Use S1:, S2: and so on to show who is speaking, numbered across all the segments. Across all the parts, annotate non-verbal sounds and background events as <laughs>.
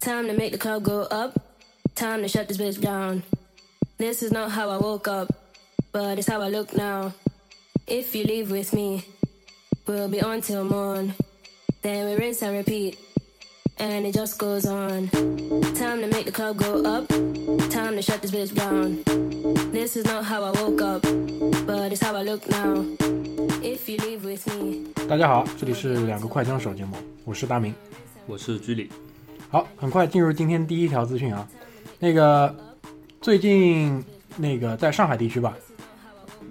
S1: Time to make the club go up. Time to shut this bitch down. This is not how I woke up, but it's how I look now. If you leave with me, we'll be on till morn. Then we rinse and repeat, and it just goes on. Time to make the club go up. Time to shut this bitch down. This is not how I woke up, but it's how I look now. If you leave with me.
S2: 大家好，这里是两个快枪手节目，我是大明。
S3: 我是居里，
S2: 好，很快进入今天第一条资讯啊。那个最近那个在上海地区吧，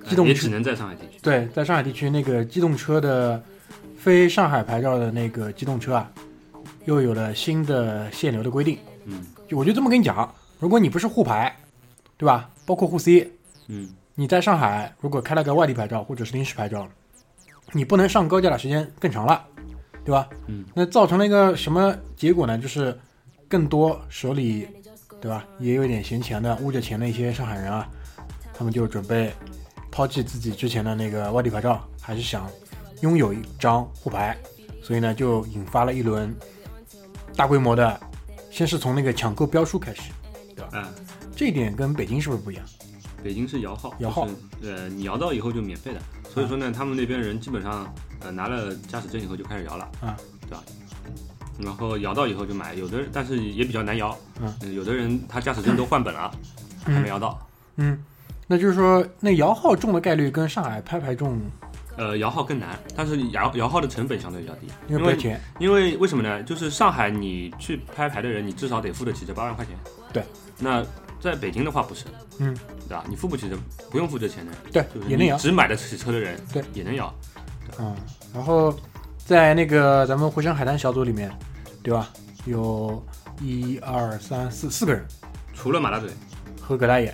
S2: 机动
S3: 呃也
S2: 车
S3: 只能在上海地区。
S2: 对，在上海地区那个机动车的非上海牌照的那个机动车啊，又有了新的限流的规定。
S3: 嗯
S2: 就我就这么跟你讲，如果你不是沪牌，对吧？包括沪 C，
S3: 嗯，
S2: 你在上海如果开了个外地牌照或者是临时牌照，你不能上高架的时间更长了，对吧？
S3: 嗯，
S2: 那造成了一个什么结果呢？就是更多手里，对吧，也有点闲钱的捂着钱的一些上海人啊，他们就准备抛弃自己之前的那个外地牌照，还是想拥有一张沪牌，所以呢，就引发了一轮大规模的，先是从那个抢购标书开始，
S3: 啊，
S2: 这一点跟北京是不是不一样？
S3: 北京是摇号，
S2: 摇号啊
S3: 就是，呃，你摇到以后就免费的。所以说呢，他们那边人基本上，呃，拿了驾驶证以后就开始摇了，
S2: 啊，
S3: 对吧？然后摇到以后就买，有的人但是也比较难摇，
S2: 嗯
S3: 呃有的人他驾驶证都换本了，
S2: 嗯
S3: 还没摇到。
S2: 嗯，那就是说，那摇号中的概率跟上海拍牌中
S3: 呃，摇号更难，但是摇摇号的成本相对比较低，
S2: 因为不要钱，
S3: 因为为什么呢？就是上海你去拍牌的人，你至少得付得起这八万块钱。
S2: 对。
S3: 那在北京的话不是，
S2: 嗯，
S3: 对吧？你付不起这，不用付这钱的，
S2: 对
S3: 就，是
S2: 也能
S3: 你
S2: 摇，
S3: 只买得起车的人，
S2: 对，
S3: 也能摇。
S2: 嗯，然后在那个咱们回声海滩小组里面，对吧？有一二三四四个人
S3: 除了马大嘴，
S2: 和葛大爷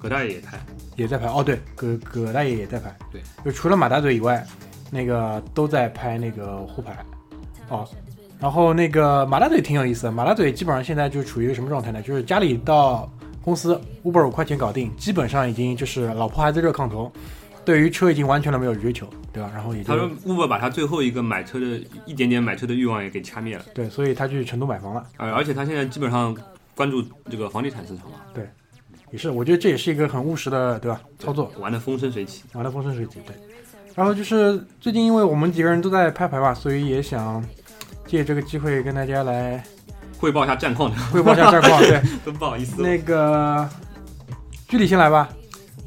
S3: 葛大爷也开，
S2: 也在拍，哦对，葛葛大爷也在拍，
S3: 对，
S2: 就除了马大嘴以外，那个都在拍那个沪牌，哦。然后那个马大嘴挺有意思的，马大嘴基本上现在就处于一个什么状态呢？就是家里到公司 Uber 五块钱搞定，基本上已经就是老婆孩子热炕头，对于车已经完全的没有追求，对吧？然后也就
S3: 他说 Uber 把他最后一个买车的一点点买车的欲望也给掐灭了，
S2: 对，所以他去成都买房了。
S3: 而而且他现在基本上关注这个房地产市场嘛，
S2: 也是，我觉得这也是一个很务实的，对吧？操作
S3: 玩的风生水起。
S2: 玩的风生水起，对。然后就是最近，因为我们几个人都在拍牌嘛，所以也想借这个机会跟大家来
S3: 汇报一下战况的， <laughs>
S2: 汇报一下战况。对，
S3: 都不好意思了。
S2: 那个居里先来吧。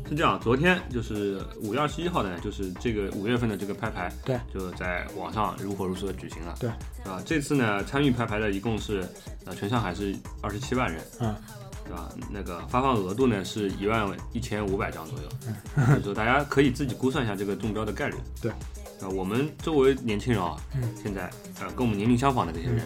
S3: 是这样，昨天就是五月二十一号呢，就是这个五月份的这个拍牌，
S2: 对，
S3: 就在网上如火如荼的举行了，
S2: 对，
S3: 啊，这次呢参与拍牌的一共是，呃，全上海是二十七万人，
S2: 嗯，
S3: 对吧？那个发放额度呢是一万一千五百张左右，所以说大家可以自己估算一下这个中标的概率，
S2: 嗯 <laughs> 对，
S3: 啊，我们周围年轻人啊，
S2: 嗯
S3: 现在呃跟我们年龄相仿的这些人，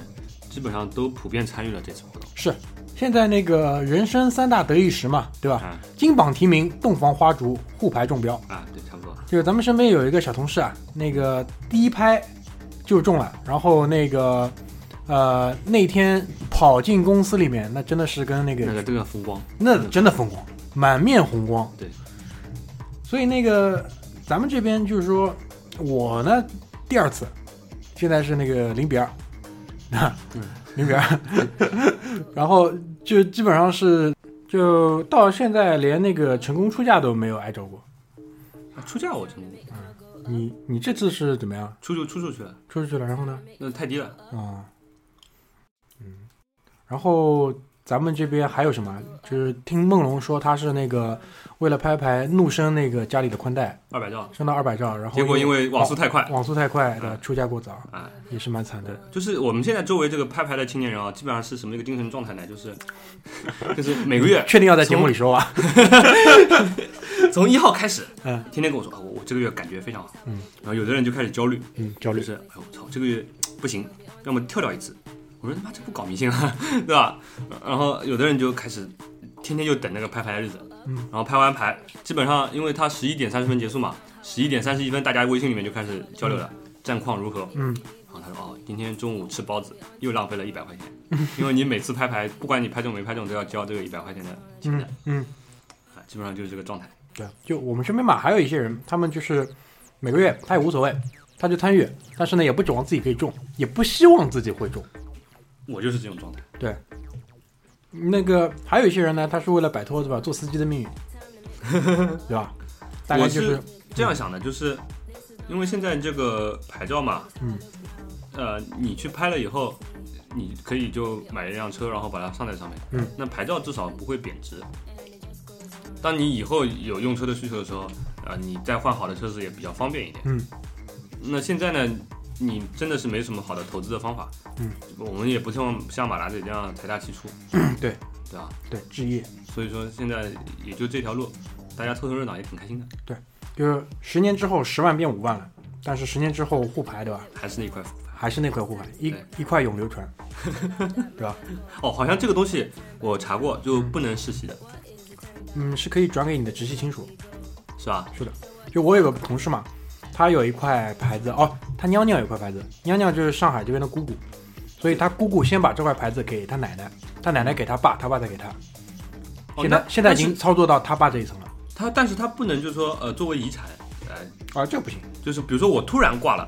S3: 基本上都普遍参与了这次活动，
S2: 是，现在那个人生三大得意时嘛，对吧？
S3: 啊
S2: 金榜题名、洞房花烛、沪牌中标。
S3: 啊，对，差不多，
S2: 就是咱们身边有一个小同事啊，那个第一拍就中了，然后那个呃那天跑进公司里面，那真的是跟那个
S3: 那个这个风光，
S2: 那真的风光，满面红光。
S3: 对，
S2: 所以那个咱们这边就是说，我呢第二次，现在是那个零比 <laughs> 二，啊
S3: 嗯，
S2: 零比二， <laughs> 然后就基本上是就到现在连那个成功出价都没有挨着过。
S3: 啊出价我成功，
S2: 你你这次是怎么样
S3: 出就出出去了。
S2: 出去了？然后呢？
S3: 那太低了。
S2: 啊、嗯，然后咱们这边还有什么？就是听梦龙说他是那个为了拍牌怒升那个家里的宽带。
S3: 二百兆，
S2: 升到二百兆，然后
S3: 结果因为网速太快
S2: 网网速太快，对吧，
S3: 嗯
S2: 出价过早，
S3: 啊，
S2: 也是蛮惨
S3: 对
S2: 的。，
S3: 就是我们现在周围这个拍牌的青年人啊，基本上是什么一个精神状态呢？就是 <laughs> 就是每个 <laughs> 月
S2: 确定要在节目里说啊？
S3: 从一号开始，
S2: 嗯，
S3: 天天跟我说，啊我我这个月感觉非常好，
S2: 嗯，
S3: 然后有的人就开始焦虑，
S2: 嗯，焦
S3: 就
S2: 虑。
S3: 是哎呦我操，这个月不行，要么跳掉一次。我说他妈这不搞迷信啊， <laughs> 对吧？然后有的人就开始天天就等那个拍牌的日子，
S2: 嗯，
S3: 然后拍完牌，基本上因为他十一点三十分结束嘛，十一点三十一分大家微信里面就开始交流了，战况如何？
S2: 嗯，
S3: 然后他说：“哦，今天中午吃包子又浪费了一百块钱，因为你每次拍牌，不管你拍中没拍中，都要交这个一百块钱的钱的
S2: 嗯嗯，
S3: 啊，基本上就是这个状态。
S2: 对，就我们身边嘛，还有一些人，他们就是每个月他也无所谓，他就参与，但是呢，也不指望自己可以中，也不希望自己会中，
S3: 我就是这种状态。
S2: 那个还有一些人呢，他是为了摆脱对吧做司机的 <laughs> 命运，对吧？大概
S3: 我
S2: 就是
S3: 这样想的，就是因为现在这个牌照嘛，
S2: 嗯，
S3: 呃，你去拍了以后，你可以就买一辆车，然后把它上在上面，
S2: 嗯，
S3: 那牌照至少不会贬值。当你以后有用车的需求的时候，啊、你再换好的车子也比较方便一点。
S2: 嗯，
S3: 那现在呢，你真的是没什么好的投资的方法，
S2: 嗯，
S3: 我们也不像像马达嘴这样财大气粗，
S2: <coughs> 对
S3: 对吧？
S2: 对置业，
S3: 所以说现在也就这条路，大家凑凑热闹也挺开心的，
S2: 就是十年之后十万变五万了，但是十年之后沪牌对吧，
S3: 还是那一块福牌。
S2: 还是那块沪牌，一
S3: 对
S2: 一块永流传，对吧？
S3: 哦，好像这个东西我查过，就不能世袭的，
S2: 嗯，是可以转给你的直系亲属。
S3: 是吧？
S2: 就我有个同事嘛，他有一块牌子哦，他娘娘有一块牌子，娘娘就是上海这边的姑姑，所以他姑姑先把这块牌子给他奶奶，他奶奶给他爸，他爸再给他。
S3: 哦
S2: 现在、
S3: 那
S2: 现在已
S3: 但是
S2: 经操作到他爸这一层了
S3: 他，但是他不能就是说呃作为遗产，呃，
S2: 啊，这不行
S3: 就是比如说我突然挂了，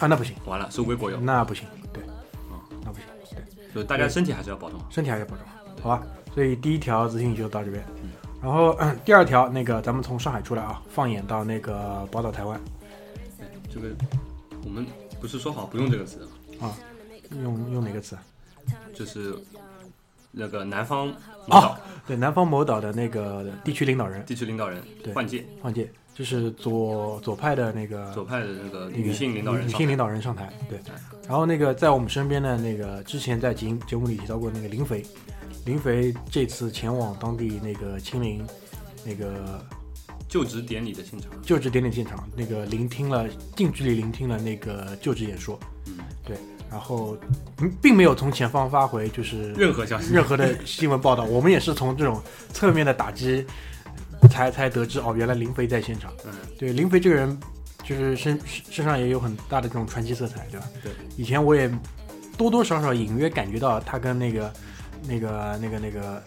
S2: 啊，那不行，
S3: 完了收归国有，
S2: 那不行，对，嗯那不行，对，
S3: 就大家身体还是要保重好。
S2: 身体还是要保重，好吧？所以第一条资讯就到这边，然后、 <clears throat> 嗯第二条那个咱们从上海出来啊，放眼到那个宝岛台湾
S3: 对这个我们不是说好不用这个词的吗，
S2: 啊，用用哪个词？啊
S3: 就是那个南方领
S2: 哦
S3: 导、
S2: 对，南方某岛的那个地区领导人
S3: 地区领导人
S2: 对
S3: 换届，
S2: 换届，就是左左派的那个
S3: 左派的那个
S2: 那个
S3: 女性领导人
S2: 女
S3: 上
S2: 性
S3: 台
S2: 领导人上台，对。然后那个在我们身边的那个之前在节节目里提到过那个林肥，林肥这次前往当地那个亲临那个
S3: 就职典礼的现场，
S2: 就职典礼现场，那个聆听了近距离聆听了那个就职演说，
S3: 嗯，
S2: 对。然后嗯并没有从前方发回就是
S3: 任何消息，
S2: 任何的新闻报道，我们也是从这种侧面的打击才才得知哦，原来林飞在现场。
S3: 嗯，
S2: 对，林飞这个人就是身身身上也有很大的这种传奇色彩，对吧？
S3: 对，
S2: 以前我也多多少少隐约感觉到他跟那个那个那个那个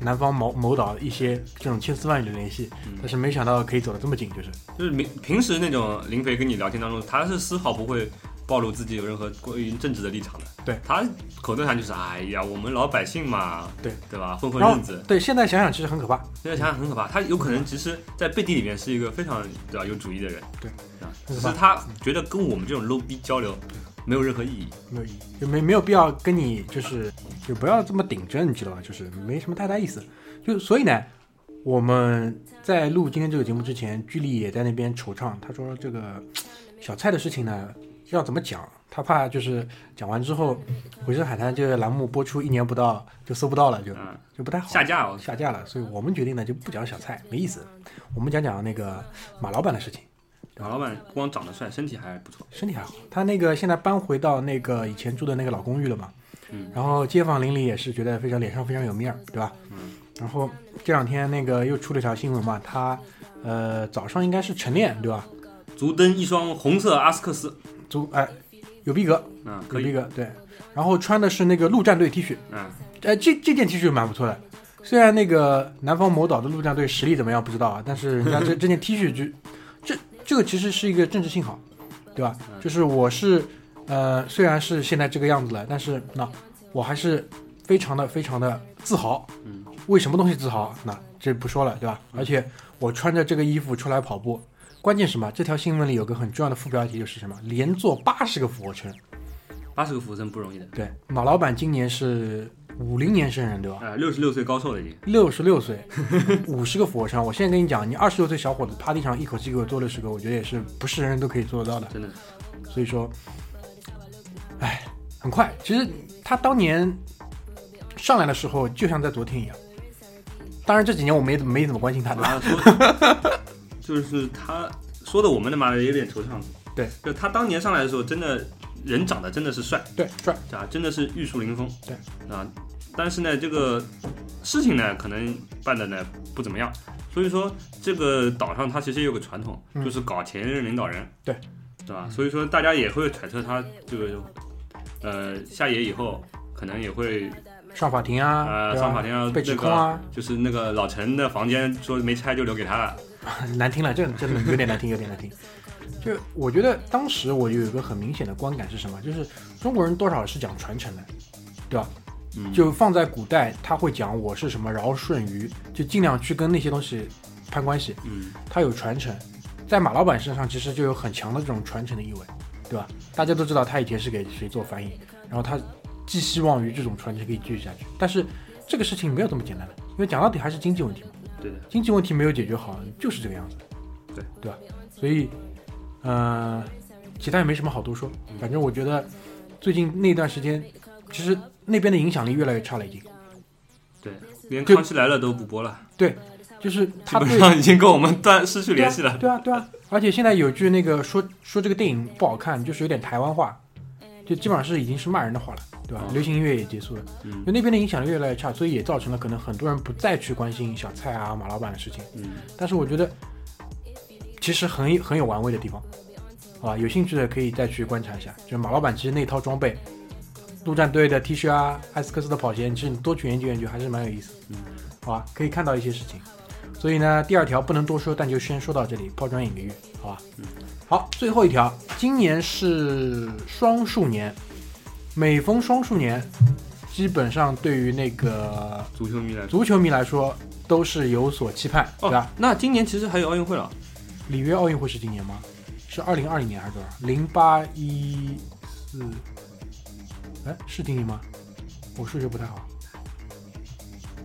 S2: 南方某某岛一些这种千丝万缕的联系，
S3: 嗯
S2: 但是没想到可以走得这么近，就是
S3: 就是平平时那种林培跟你聊天当中，他是丝毫不会暴露自己有任何关于政治的立场的。
S2: 对
S3: 他口头禅就是哎呀，我们老百姓嘛，
S2: 对
S3: 对吧，混混
S2: 然后
S3: 日子。
S2: 对，现在想想其实很可怕，
S3: 现在想想很可怕，他有可能其实，在背地里面是一个非常对吧有主义的人，
S2: 对
S3: 啊，
S2: 很
S3: 只
S2: 可
S3: 是
S2: 怕
S3: 他觉得跟我们这种 low 逼交流没有任何意义。
S2: 没有意义，就没没有必要跟你就是就不要这么顶着，你知道吧？就是没什么太大意思。就所以呢，我们在录今天这个节目之前，居里也在那边惆怅，他说这个小蔡的事情呢，要怎么讲？他怕就是讲完之后，《回声海滩》这个栏目播出一年不到就搜不到了，就
S3: 嗯，
S2: 就不太好
S3: 下架哦，
S2: 下架了。所以我们决定呢就不讲小蔡，没意思，我们讲讲那个马老板的事情。
S3: 马老板不光长得帅，身体还不错。
S2: 身体还好。他那个现在搬回到那个以前住的那个老公寓了嘛，
S3: 嗯
S2: 然后街坊邻里也是觉得非常脸上非常有面儿，对吧？
S3: 嗯，
S2: 然后这两天那个又出了一条新闻嘛，他呃早上应该是晨练，对吧？
S3: 足蹬一双红色阿斯克斯，
S2: 足哎、有逼格，
S3: 嗯，可
S2: 有
S3: 以
S2: 逼，格，对。然后穿的是那个陆战队 T 恤，
S3: 嗯，
S2: 哎，这这件 T 恤蛮不错的。虽然那个南方某岛的陆战队实力怎么样不知道啊，但是人家这这件 T 恤就，这这个其实是一个政治信号，对吧？
S3: 嗯
S2: 就是我是，呃，虽然是现在这个样子了，但是那我还是非常的非常的自豪。
S3: 嗯，
S2: 为什么东西自豪？那这不说了，对吧？而且我穿着这个衣服出来跑步，关键什么？这条新闻里有个很重要的副标题就是什么？连做八十个俯卧撑。
S3: 八十个俯卧撑不容易的，
S2: 对，马老板今年是五零年生人，对吧？
S3: 呃，六十六岁高寿了已经，
S2: 六十六岁， <laughs> 五十个俯卧撑。我现在跟你讲，你二十六岁小伙子趴地上一口气给我做六十个，我觉得也是不是人人都可以做得到的。
S3: 真的，
S2: 所以说，哎，很快。其实他当年上来的时候，就像在昨天一样。当然这几年我没怎么没怎么关心 <laughs> 他的，
S3: 妈的说，
S2: <laughs>
S3: 就是他说的我们的妈的有点惆怅。
S2: 对，
S3: 就他当年上来的时候，真的人长得真的是帅
S2: 对，帅，
S3: 啊，真的是玉树临风。
S2: 对
S3: 啊，但是呢，这个事情呢，可能办的呢不怎么样。所以说，这个岛上它其实有个传统，
S2: 嗯
S3: 就是搞前任领导人。
S2: 对，
S3: 对吧？所以说，大家也会揣测他这个，呃，下野以后可能也会
S2: 上法庭啊，
S3: 呃
S2: 对吧
S3: 上法庭啊，
S2: 被指控啊，
S3: 那个就是那个老陈的房间说没拆就留给他了。
S2: 难听了，这真的有点难听，有点难听。就我觉得当时我就有一个很明显的观感是什么，就是中国人多少是讲传承的，对吧？
S3: 嗯
S2: 就放在古代，他会讲我是什么尧舜禹，就尽量去跟那些东西攀关系。
S3: 嗯
S2: 它有传承，在马老板身上其实就有很强的这种传承的意味，对吧？大家都知道他以前是给谁做翻译，然后他寄希望于这种传承可以继续下去。但是这个事情没有这么简单的，因为讲到底还是经济问题嘛，
S3: 对的，
S2: 经济问题没有解决好就是这个样子，
S3: 对
S2: 对吧？所以，呃，其他也没什么好多说，反正我觉得最近那段时间，其实那边的影响力越来越差了，已经。
S3: 对，连
S2: 就
S3: 康熙来了都不播了，
S2: 对，就是
S3: 基
S2: 他
S3: 本
S2: 对
S3: 上已经跟我们断失去
S2: 对
S3: 联
S2: 啊
S3: 系了。
S2: 对啊，对啊，而且现在有句那个说说这个电影不好看，就是有点台湾话，就基本上是已经是骂人的话了，对吧？
S3: 嗯
S2: 流行音乐也结束了，
S3: 嗯
S2: 就那边的影响力越来越差，所以也造成了可能很多人不再去关心小蔡啊、马老板的事情。
S3: 嗯，
S2: 但是我觉得其实很有很有玩味的地方，啊，有兴趣的可以再去观察一下。就是马老板其实那套装备，陆战队的 T 恤啊、艾斯克斯的跑鞋，其实你多去研究研究还是蛮有意思。
S3: 嗯，
S2: 好吧，可以看到一些事情。所以呢，第二条不能多说，但就先说到这里，抛砖引玉，好吧？
S3: 嗯。
S2: 好，最后一条，今年是双数年，每逢双数年，基本上对于那个
S3: 足球迷来说，
S2: 足球迷来说都是有所期盼，对吧
S3: 哦？，那今年其实还有奥运会了，
S2: 里约奥运会是今年吗？是二零二零年还是多少？零八一四，哎，是今年吗？我数学不太好。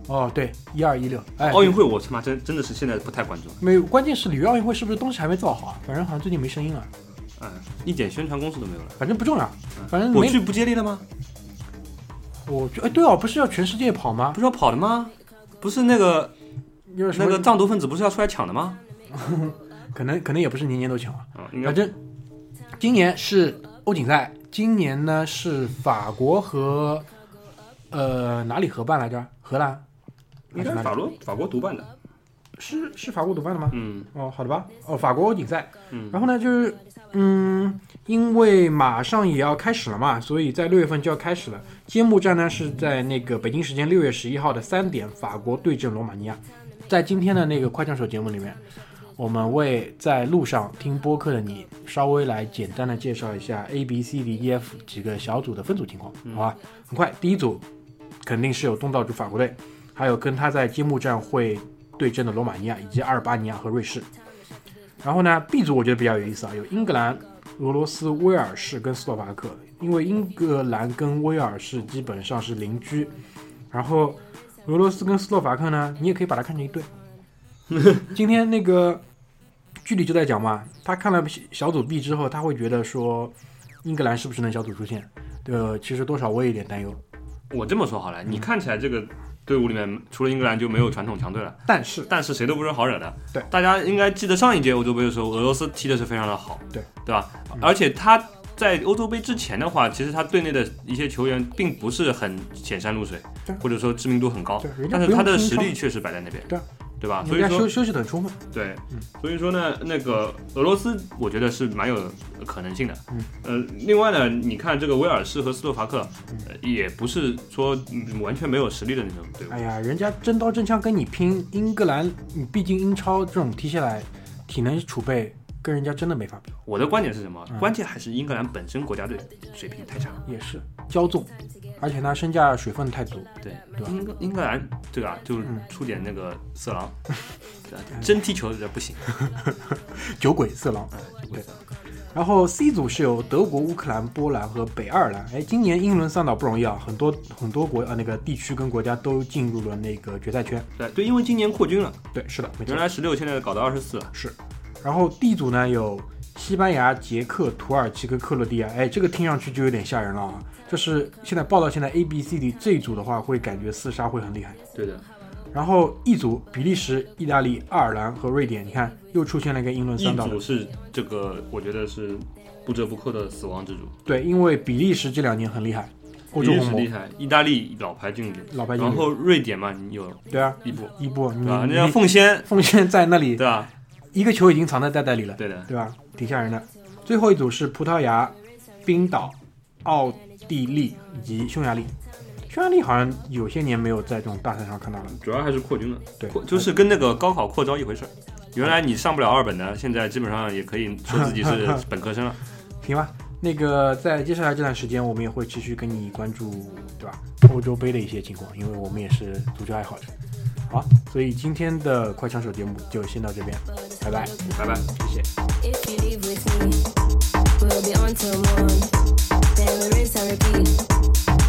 S2: 哦，对，一二一六，哎，
S3: 奥运会我他妈真真的是现在不太关注了，
S2: 没有，关键是里约奥运会是不是东西还没造好啊？反正好像最近没声音了，
S3: 嗯，一点宣传功夫都没有了。
S2: 反正不重要，
S3: 嗯
S2: 反正
S3: 我
S2: 没
S3: 去不接力了吗？
S2: 我就哎，对哦，不是要全世界跑吗
S3: 不？是要跑的吗？不是那个
S2: 就是
S3: 那个藏独分子不是要出来抢的吗？
S2: 可能可能也不是年年都抢啊，
S3: 啊，应该
S2: 反正今年是欧锦赛，今年呢是法国和呃哪里合办来着？荷兰
S3: 应该是法国法国独办的。
S2: 是是法国主办的吗？
S3: 嗯
S2: 哦，好的吧，哦，法国欧锦赛，
S3: 嗯，
S2: 然后呢就是，嗯，因为马上也要开始了嘛，所以在六月份就要开始了。揭幕战呢是在那个北京时间六月十一号的三点，法国对阵罗马尼亚。在今天的那个快枪手节目里面，我们为在路上听播客的你稍微来简单的介绍一下 A、B、C、D、E、F 几个小组的分组情况，
S3: 嗯
S2: 好吧？很快，第一组肯定是有东道主法国队，还有跟他在揭幕战会对阵的罗马尼亚以及阿尔巴尼亚和瑞士。然后呢，B 组我觉得比较有意思啊，有英格兰、俄罗斯、威尔士跟斯洛伐克，因为英格兰跟威尔士基本上是邻居，然后俄罗斯跟斯洛伐克呢，你也可以把它看成一对。今天那个剧里就在讲嘛，他看了小组 B 之后，他会觉得说，英格兰是不是能小组出线？呃，其实多少我也有点担忧，
S3: 嗯我这么说好了，你看起来这个队伍里面除了英格兰就没有传统强队了，
S2: 但是
S3: 但是谁都不是好惹的。
S2: 对，
S3: 大家应该记得上一届欧洲杯的时候，俄罗斯踢的是非常的好，
S2: 对
S3: 对吧？而且他在欧洲杯之前的话，其实他队内的一些球员并不是很显山露水
S2: 对，
S3: 或者说知名度很高
S2: 对人，家
S3: 但是
S2: 不用
S3: 他的
S2: 拼
S3: 实
S2: 伤
S3: 力确实摆在那边，
S2: 对啊
S3: 对吧？所
S2: 人
S3: 以
S2: 家
S3: 说
S2: 休休息得很充分，
S3: 对
S2: 嗯，
S3: 所以说呢，那个俄罗斯我觉得是蛮有可能性的。
S2: 嗯，
S3: 呃，另外呢，你看这个威尔士和斯洛伐克，
S2: 嗯
S3: 呃也不是说嗯完全没有实力的那种队伍。
S2: 哎呀，人家真刀真枪跟你拼，英格兰，你毕竟英超这种踢下来，体能储备跟人家真的没法比。
S3: 我的观点是什么
S2: 嗯？
S3: 关键还是英格兰本身国家队水平太差。
S2: 也是骄纵，而且呢身价水分太足。
S3: 对
S2: 对吧
S3: 英格英格兰对吧？就是
S2: 嗯
S3: 出点那个色
S2: <laughs>
S3: 狼，对吧真踢球的不行。
S2: 酒鬼色狼。
S3: 嗯
S2: 对然后 C 组是有德国、乌克兰、波兰和北爱尔兰。哎，今年英伦三岛不容易啊，很多很多国呃那个地区跟国家都进入了那个决赛圈。
S3: 对对，因为今年扩军了，
S2: 对，是的，没错
S3: 原。来十六，现在搞到二十四了。
S2: 是。然后 D 组呢有西班牙、捷克、土耳其跟克罗地亚，哎，这个听上去就有点吓人了啊！这是现在报到现在 A、B、C、D 这一组的话，会感觉厮杀会很厉害。
S3: 对的，
S2: 然后 E 组，比利时、意大利、爱尔兰和瑞典，你看又出现了一个英伦
S3: 一
S2: 三岛的
S3: E 组是这个，我觉得是不折不扣的死亡之组。
S2: 对，因为比利时这两年很厉害，欧
S3: 比
S2: 洲
S3: 利
S2: 红
S3: 时厉
S2: 魔，
S3: 害，意大利老牌劲旅，
S2: 老白金
S3: 然
S2: 驴
S3: 后瑞典嘛，你有
S2: 对啊，
S3: 伊布，
S2: 伊布，你
S3: 对吧？人
S2: 你
S3: 家奉先，
S2: 奉献在那里
S3: 对，吧？
S2: 一个球已经藏在袋袋里了，
S3: 对的，
S2: 对吧？挺吓人的。最后一组是葡萄牙、冰岛、奥地利以及匈牙利。匈牙利好像有些年没有在这种大赛上看到了，
S3: 主要还是扩军了，
S2: 对
S3: 扩就是跟那个高考扩招一回事儿。
S2: <laughs>
S3: 原来你上不了二本的，现在基本上也可以说自己是本科生了。
S2: 行吧？那个在接下来这段时间，我们也会持续跟你关注，对吧？欧洲杯的一些情况，因为我们也是足球爱好者。好，所以今天的快枪手节目就先到这边，拜拜，
S3: 拜拜。
S2: 谢谢。
S1: If you leave with me, we'll be on till morn. Then we rinse and repeat,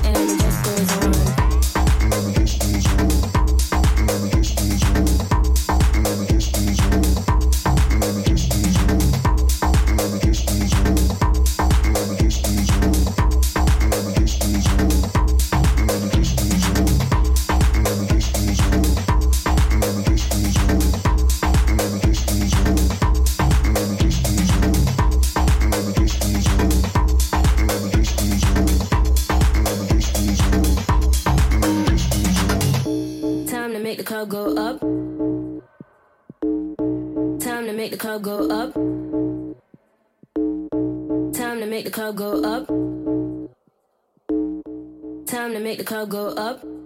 S1: and it just goes on. Time to make the club go up. Time to make the club go up. Time to make the club go up. Time to make the club go up.